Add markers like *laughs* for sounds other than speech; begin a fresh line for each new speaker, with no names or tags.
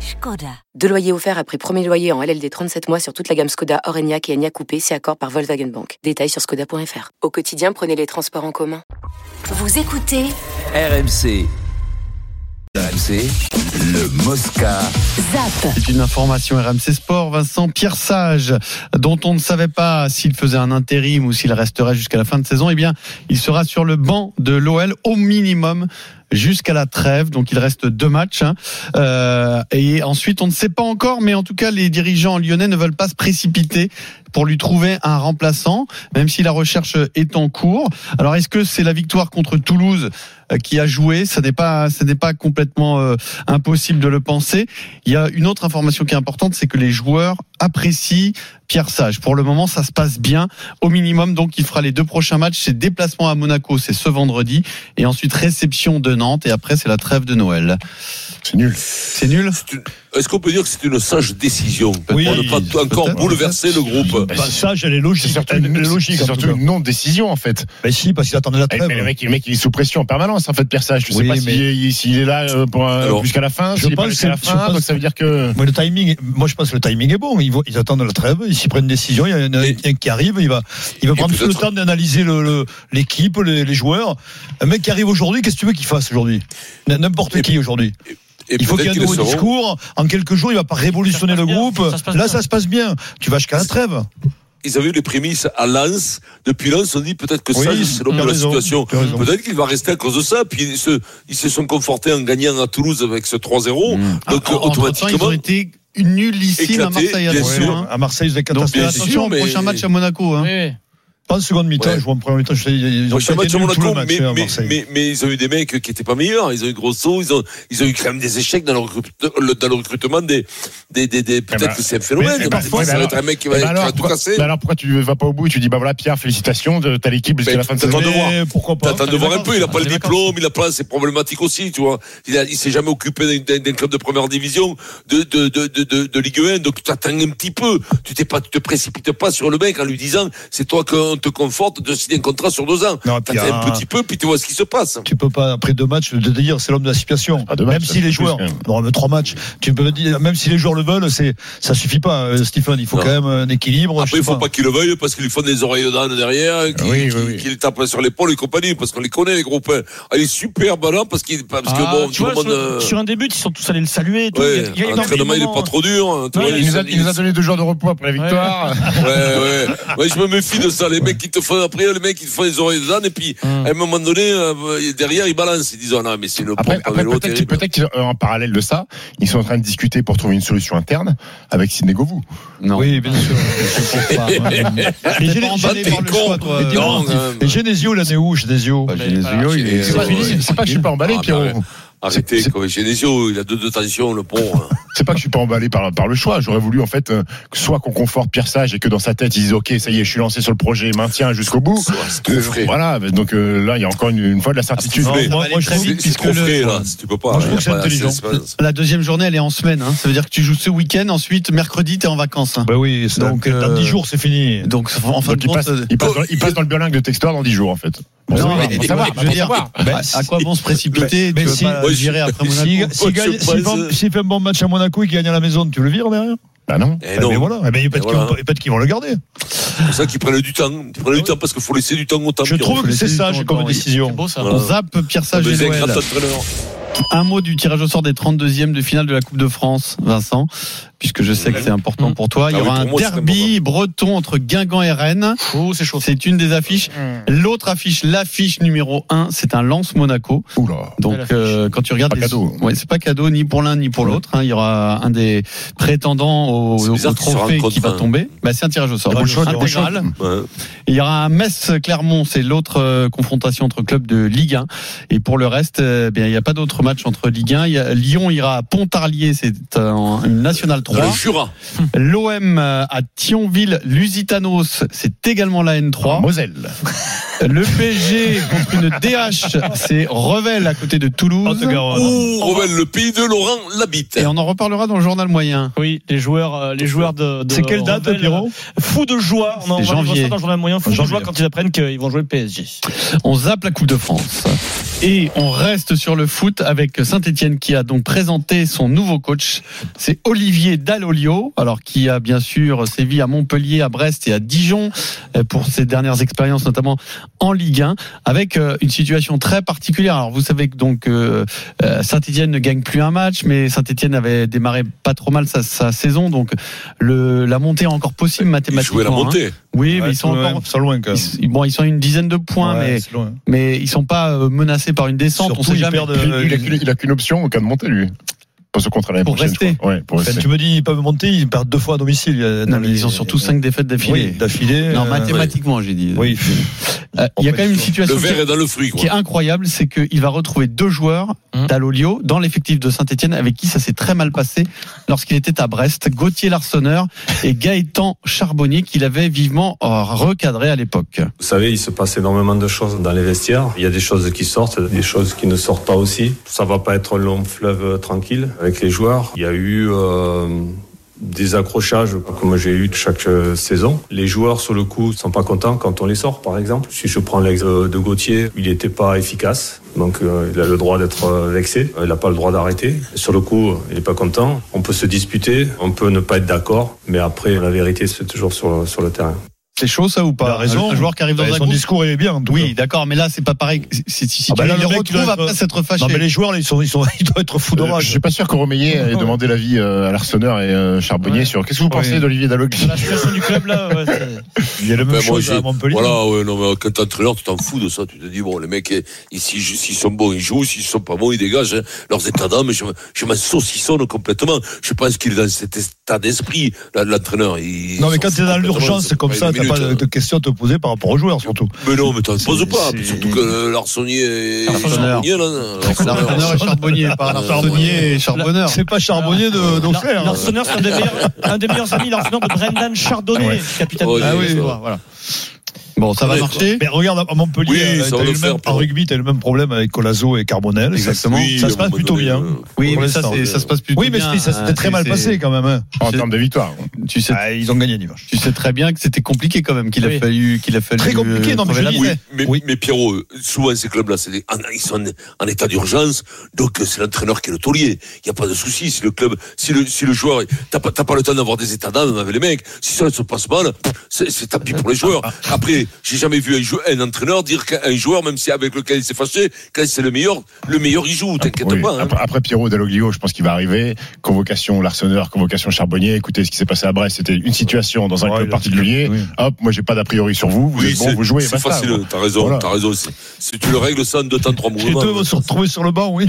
Skoda. Deux loyers offerts après premier loyer en LLD 37 mois sur toute la gamme Skoda, Orenia et Enya Coupé, c'est accord par Volkswagen Bank. Détails sur skoda.fr. Au quotidien, prenez les transports en commun.
Vous écoutez
RMC. RMC, le Mosca.
Zap.
C'est une information RMC Sport, Vincent Pierre Sage, dont on ne savait pas s'il faisait un intérim ou s'il resterait jusqu'à la fin de saison. Eh bien, il sera sur le banc de l'OL au minimum jusqu'à la trêve. Donc il reste deux matchs. hein. Euh, et ensuite, on ne sait pas encore, mais en tout cas, les dirigeants lyonnais ne veulent pas se précipiter pour lui trouver un remplaçant, même si la recherche est en cours. Alors est-ce que c'est la victoire contre Toulouse euh, qui a joué Ça n'est pas, ce n'est pas complètement euh, impossible de le penser. Il y a une autre information qui est importante, c'est que les joueurs apprécient Pierre Sage. Pour le moment, ça se passe bien. Au minimum, donc, il fera les deux prochains matchs. C'est déplacement à Monaco, c'est ce vendredi, et ensuite réception de Nantes, et après c'est la trêve de Noël.
C'est nul.
C'est nul
C'est une- Est-ce qu'on peut dire que c'est une sage décision
Oui,
pour ne pas t- encore
peut-être.
bouleverser le groupe
Bah,
Bah,
si.
ça, elle est logique.
C'est surtout
Elle
une,
est logique.
c'est
en
surtout
tout cas.
une non-décision en fait.
Mais si, parce qu'il attendait la
Eh,
trêve.
mais le, mec, le mec, il est sous pression en permanence en fait, Persage. Je sais
Oui,
pas
mais-
s'il est- s'il est là euh, pour, euh,
Alors,
jusqu'à la fin.
je
s'il est pas
pense
jusqu'à la
que- je
fin,
pense
donc ça veut dire que.
Mais le timing, est- moi je pense que le timing est bon. Ils, vont- ils attendent la trêve, ils s'y prennent une décision. Il y en a
Et-
un qui arrive, il va, il va
Et
prendre tout le
peut-être-
temps d'analyser le- le- l'équipe, les, les joueurs. Un mec qui arrive aujourd'hui, qu'est-ce que tu veux qu'il fasse aujourd'hui N- N'importe
Et-
qui aujourd'hui.
Et
Il faut qu'il y
peut-être
ait un
qu'ils le
nouveau
seront.
discours. En quelques jours, il va pas révolutionner
Ça se passe
le
bien.
groupe.
Ça se passe
Là,
bien.
ça se passe bien. Tu vas jusqu'à la trêve.
Ils avaient eu les prémices à Lens. Depuis Lens, on dit peut-être que
Oui,
Sage, c'est l'homme
t'as
de la
raison,
situation.
t'as raison.
Peut-être qu'il va rester à cause de ça. Puis ils se, ils se sont confortés en gagnant à Toulouse avec ce 3-0. Donc
En- entre-temps, ils
automatiquement,
ont été nullissimes à
éclatés,
Marseille.
bien
attention,
sûr.
hein.
À Marseille, ils ont
Donc
bien
catastrophes.
attention
sûr,
au
mais-
prochain match à Monaco. hein.
Oui, oui.
Pas en seconde mi-temps,
Ouais.
ils jouent en première mi-temps. je sais, Ils ont
Prochain
pas
match
été
à
nuls tout le
Monaco,
match
mais,
hein, à
mais,
Marseille.
mais- mais ils ont eu des mecs qui n'étaient pas meilleurs. Ils ont eu Grosso, ils ont, ils ont eu quand même des échecs dans le, recrute- le- dans le recrutement des. des, des, des-
Eh
peut-être
ben,
que c'est un phénomène.
mais- mais
Peut-être
parfois,
que ça va
mais
être un mec qui
Eh
va,
ben
qui va
alors,
tout
pourquoi-
casser.
ben alors pourquoi tu vas pas au bout et tu dis bah voilà Pierre félicitations de ta l'équipe jusqu'à
Ben,
la fin de
t'attends
saison.
de voir.
Mais Pourquoi pas
T'attends de voir un peu, il n'a pas le
les vacances.
diplôme, il a pas, c'est problématique aussi, tu vois. Il, a- il s'est jamais occupé d'un- d'un d'un club de première division, de, de, de, de, de, de Ligue 1, donc tu t'attends un petit peu. Tu t'es pas, tu te précipites pas sur le mec en lui disant, c'est toi qu'on te conforte de signer un contrat sur deux ans.
Non, puis,
T'attends un
ah,
petit peu, puis tu vois ce qui se passe.
Tu peux pas, après deux matchs, te dire c'est l'homme de la situation.
Ah, deux
même
matchs,
si les
plus
joueurs,
quand même.
non, mais trois matchs, tu peux dire, même si les joueurs le veulent, c'est, ça suffit pas, euh, Stephen. Il faut
Non.
quand même un équilibre. je
Après,
sais
il faut pas qu'il le veuille parce qu'ils lui font des oreilles d'âne derrière, qu'il
oui,
qu'il-
oui.
qu'il tape sur l'épaule et compagnie, parce qu'on les connaît, les groupes. Ah, il est super ballant parce qu'il, parce que
Ah,
bon,
tu
tout le
vois,
monde,
sur,
euh,
sur un début, ils sont tous allés le saluer. et tout.
ouais,
Il y a- il y a- non, mais
l'entraînement,
il y
il
a
est
des
pas trop dur. hein, tu vois,
Ouais,
Il nous, a,
se-
il nous a donné deux jours de repos après la
Ouais.
victoire.
Ouais, ouais. Moi, je me méfie de ça. Les mecs qui te font après, les mecs qui te font les oreilles de l'âne, et puis,
Hmm.
à un moment donné, euh, derrière, ils balancent. Ils disent, ah non, mais c'est le
Après,
propre
après
vélo
peut-être qu'ils-
terrible.
peut-être qu'ils- euh, en parallèle de ça, ils sont en train de discuter pour trouver une solution interne avec Sidney Govou.
pas. Oui,
*laughs*
bien sûr. Je comprends
*laughs*
pas, ouais.
Ah,
Mais Gene-
Pas emballé
Gene-
par le
con.
choix, toi.
Mais dis-moi,
Non, Ah, quand même.
Et Genesio, là, c'est où, Genesio
Mais, voilà,
Bah, il est- C'est pas,
ouais.
c'est pas que je suis pas emballé,
Ah, bah,
Pierrot.
Arrêtez,
c'est-
comme Genesio, il a deux de tension, le pauvre.
C'est pas que je suis pas emballé par, par le choix. J'aurais voulu, en fait, euh, que soit qu'on conforte Pierre Sage et que dans sa tête, il dise, OK, ça y est, je suis lancé sur le projet, maintien jusqu'au bout.
C'est c'est trop
Euh,
frais.
Voilà. Donc, euh, là, il y a encore une, une fois de la certitude.
Ah, c'est
Non, moi, moi, je
C'est-
trouve
C'est
puisque
trop
le-
frais, là. Si tu peux pas.
Ah,
Moi, je trouve
y a
que c'est
pas la
intelligent.
suspense.
La deuxième journée, elle est en semaine. hein. Ça veut dire que tu joues ce week-end, ensuite mercredi, t'es en vacances. hein.
Bah oui, c'est
Donc,
donc, euh, dans
euh,
10 jours, c'est fini. Bah,
Donc, en fin
Donc,
de
il,
compte,
passe,
euh,
il, passe
Oh,
dans, il passe dans le berlingue de Textor dans 10 jours, en fait. Pour
non,
savoir,
mais-
pour
mais-
savoir.
je veux dire, à quoi bon se précipiter
Bah, Mais- mais
Tu veux
si-
pas
Ouais,
gérer
je-
Euh, après
S'il
Monaco
s'il gagne-
je pense-
s'il fait- s'il fait un bon match à Monaco et qu'il gagne à la maison, tu le vires derrière
Bah non.
Eh
Bah,
non,
Mais voilà. Eh ben, il y a peut-être
Et
qu'ils vont-
voilà.
peut-être qu'ils vont le garder.
c'est pour ça qu'ils prennent du temps. Ils prennent du temps parce qu'il faut laisser du temps au temps.
Je
Pierrot.
trouve que c'est
laisser du
sage
temps
comme
encore, oui.
décision.
beaux, ça.
Voilà.
On zappe Pierre Sage
Mais
et
c'est un
l'OL.
grand entraîneur.
Un mot du tirage au sort des 32e de finale de la Coupe de France, Vincent, puisque je sais que c'est important pour toi. Il y
Ah oui,
aura
pour
un
moi, c'est
derby breton entre Guingamp et Rennes.
Chaud, c'est chaud.
Oh, C'est une des affiches.
Mmh.
L'autre affiche, l'affiche numéro 1, c'est un Lance Monaco.
Oula.
Donc
Belle affiche.
euh, quand tu regardes
Pas
les-
cadeau.
ouais, c'est pas cadeau ni pour l'un ni pour l'autre. hein. Il y aura un des prétendants au,
C'est
au
bizarre qu'ils se
trophée
rencontrent,
qui va
hein.
tomber. Bah, c'est un tirage au sort
Il y a Bouchon, il y a Bouchon.
intégral.
Ouais.
Il y aura un Metz Clermont, c'est l'autre euh, confrontation entre clubs de Ligue 1. Et pour le reste, euh, bien il n'y a pas d'autres matchs entre Ligue 1. Il y a- Lyon ira à Pontarlier, c'est en une nationale
Dans
3.
le Jura.
L'OM euh, à Thionville, Lusitanos, c'est également la N3.
Moselle.
Le PSG contre une DH, c'est Revel à côté de Toulouse.
Mmh.
Ouh, Romain, le pays de Laurent l'habite.
Et on en reparlera dans le journal moyen.
Oui, les joueurs, euh, les joueurs de. de
C'est quelle date,
Revel,
Pierrot
euh, Fous de joie. On en
C'est
on va vivre
janvier.
ça dans le journal moyen. Fous de
Janvier.
joie quand ils apprennent qu'ils vont jouer le PSG.
On zappe la Coupe de France. Et on reste sur le foot avec Saint-Etienne qui a donc présenté son nouveau coach. C'est Olivier Dallolio, alors qui a bien sûr sévi à Montpellier, à Brest et à Dijon euh, pour ses dernières expériences, notamment en Ligue 1, avec euh, une situation très particulière. Alors vous savez que donc euh, euh, Saint-Etienne ne gagne plus un match, mais Saint-Etienne avait démarré pas trop mal sa, sa saison, donc le, la montée est encore possible
Il
mathématiquement.
jouait la
hein.
montée.
Oui, mais
Ouais,
ils sont
loin,
encore...
ils sont loin quand
ils
même.
s- bon, ils sont à une dizaine de points,
Ouais,
mais
c'est loin.
mais ils sont pas euh, menacés par une descente.
Surtout,
on sait
ils
jamais.
perdent,
Puis,
euh,
il, a qu'une- il a qu'une option au cas de monter, lui. Pour ce contrat l'année
Pour
prochaine.
rester.
je crois. Ouais, pour
Enfin,
rester.
tu me dis, ils peuvent monter, ils perdent deux fois à domicile. euh,
Non,
dans
mais
les-
ils ont surtout cinq défaites
Oui,
d'affilée.
d'affilée.
non,
euh,
mathématiquement, j'ai dit.
Oui.
Euh, il y a quand même une
Le
situation qui
verre est dans le fruit,
qui est
quoi.
incroyable, c'est qu'il va retrouver deux joueurs
Hum.
d'Alolio dans l'effectif de Saint-Etienne avec qui ça s'est très mal passé lorsqu'il était à Brest. Gauthier Larsonneur et Gaëtan Charbonnier qu'il avait vivement euh, recadré à l'époque.
Vous savez, il se passe énormément de choses dans les vestiaires. Il y a des choses qui sortent, des choses qui ne sortent pas aussi. Ça va pas être un long fleuve euh, tranquille avec les joueurs. Il y a eu euh, des accrochages comme j'ai eu chaque euh, saison. Les joueurs, sur le coup, sont pas contents quand on les sort, par exemple. Si je prends l'exemple de Gauthier, il n'était pas efficace. Donc, euh, il a le droit d'être euh, vexé. Il n'a pas le droit d'arrêter. Sur le coup, il n'est pas content. On peut se disputer, on peut ne pas être d'accord. Mais après, la vérité, c'est toujours sur, sur le terrain.
C'est chaud ça ou
pas Il a raison.
Un joueur qui arrive dans
Bah,
un
son
groupe.
discours est bien. en tout
Oui, d'accord, mais là c'est pas pareil. Si, si, si
Ah bah
tu
là,
le
le mec, il
retrouves
doit être-
après s'être
cas.
fâché.
Non, mais les joueurs, là, ils, sont, ils,
*laughs*
sont, ils doivent être fous de
Euh, je
rage.
suis pas sûr que Romeyer
*laughs*
ait demandé l'avis euh, à l'Arseneur et euh, Charbonnier
Ouais.
sur. Qu'est-ce que vous pensez
Ouais.
d'Olivier
Dans
Dalogli
La situation du club là, ouais,
*laughs*
c'est-
Il y a la même
Ben, moi,
chose
je-
à Montpellier.
Voilà, ouais, non, mais quand t'es entraîneur, tu t'en fous de ça. Tu te dis, bon, les mecs, eh, ils- s'ils jou- s'ils sont bons, ils jouent, s'ils sont pas bons, ils dégagent hein, leurs états d'âme. Je, me- je m'en saucissonne complètement. Je pense qu'il est dans cet état d'esprit, là, de l'entraîneur. Il
Non, mais
s'en
quand
fout
t'es dans
complètement,
l'urgence, c'est comme
pas
ça, t'as
une minute,
pas de
hein.
de questions à te poser par rapport aux joueurs, surtout.
Mais non, mais t'en poses pas.
c'est-
Surtout que euh, Larsonnier et
Larsonneur.
Charbonnier, là, Larsonneur.
Larsonneur et Charbonnier, pas Larsonnier et Charbonneur.
C'est pas Charbonnier de-
Lar-
hein.
d'Auxerre.
Larsonneur, c'est un des meilleurs, un des meilleurs amis, Larsonneur de Brendan Chardonnay, capitaine
Oh,
de
Ah
la
oui,
Ligue.
ça va.
voilà.
Bon, ça va
Ouais,
marcher.
Mais regarde, à Montpellier,
Oui,
euh,
ça
t'as
va
eu
le
le
faire,
même- en
pardon.
rugby, t'as eu le même problème avec Colazo et Carbonel.
Exactement.
Oui,
Ça
à
se
un
passe
moment
plutôt
donné,
bien.
euh,
Oui, mais
Pour
ça,
l'instant,
c'est-
euh,
ça se passe plutôt
Oui, mais
bien.
c'était- ça
hein,
s'était très mal
c'est-
passé quand même. hein.
En termes de victoire.
Tu sais,
Ah, Ils ont gagné dimanche.
tu sais très bien que c'était compliqué quand même, qu'il a
Oui.
fallu, qu'il a fallu.
Très compliqué,
euh,
non, mais je
trouver la
dis,
boue.
Oui,
Ouais.
mais,
Oui.
mais Pierrot, euh, souvent ces clubs-là, c'est des- en- ils sont en état d'urgence, donc euh, c'est l'entraîneur qui est le taulier. Il n'y a pas de souci si le club, si le, si le joueur, t'as pas, t'as pas le temps d'avoir des états d'âme avec les mecs. Si ça se passe mal, pff, c'est c'est tant pis pour les joueurs. Après, j'ai jamais vu un, jou- un entraîneur dire qu'un joueur, même si avec lequel il s'est fâché, quand c'est le meilleur, le meilleur il joue. T'inquiète
Oui.
pas. hein.
Après, après Pierrot Dalloglio, je pense qu'il va arriver. Convocation Larsonneur, convocation Charbonnier. Écoutez ce qui s'est passé à Brest. C'était une situation dans un
Ouais, il
club
a-
particulier.
oui.
Hop, moi j'ai pas d'a priori sur vous. Vous
Oui,
êtes bon,
c'est
vous jouez.
c'est
basta,
facile.
quoi.
T'as raison,
Voilà.
t'as raison. Si si tu le règles ça en deux temps, trois
Les
mouvements.
deux vont se retrouver sur le banc, oui.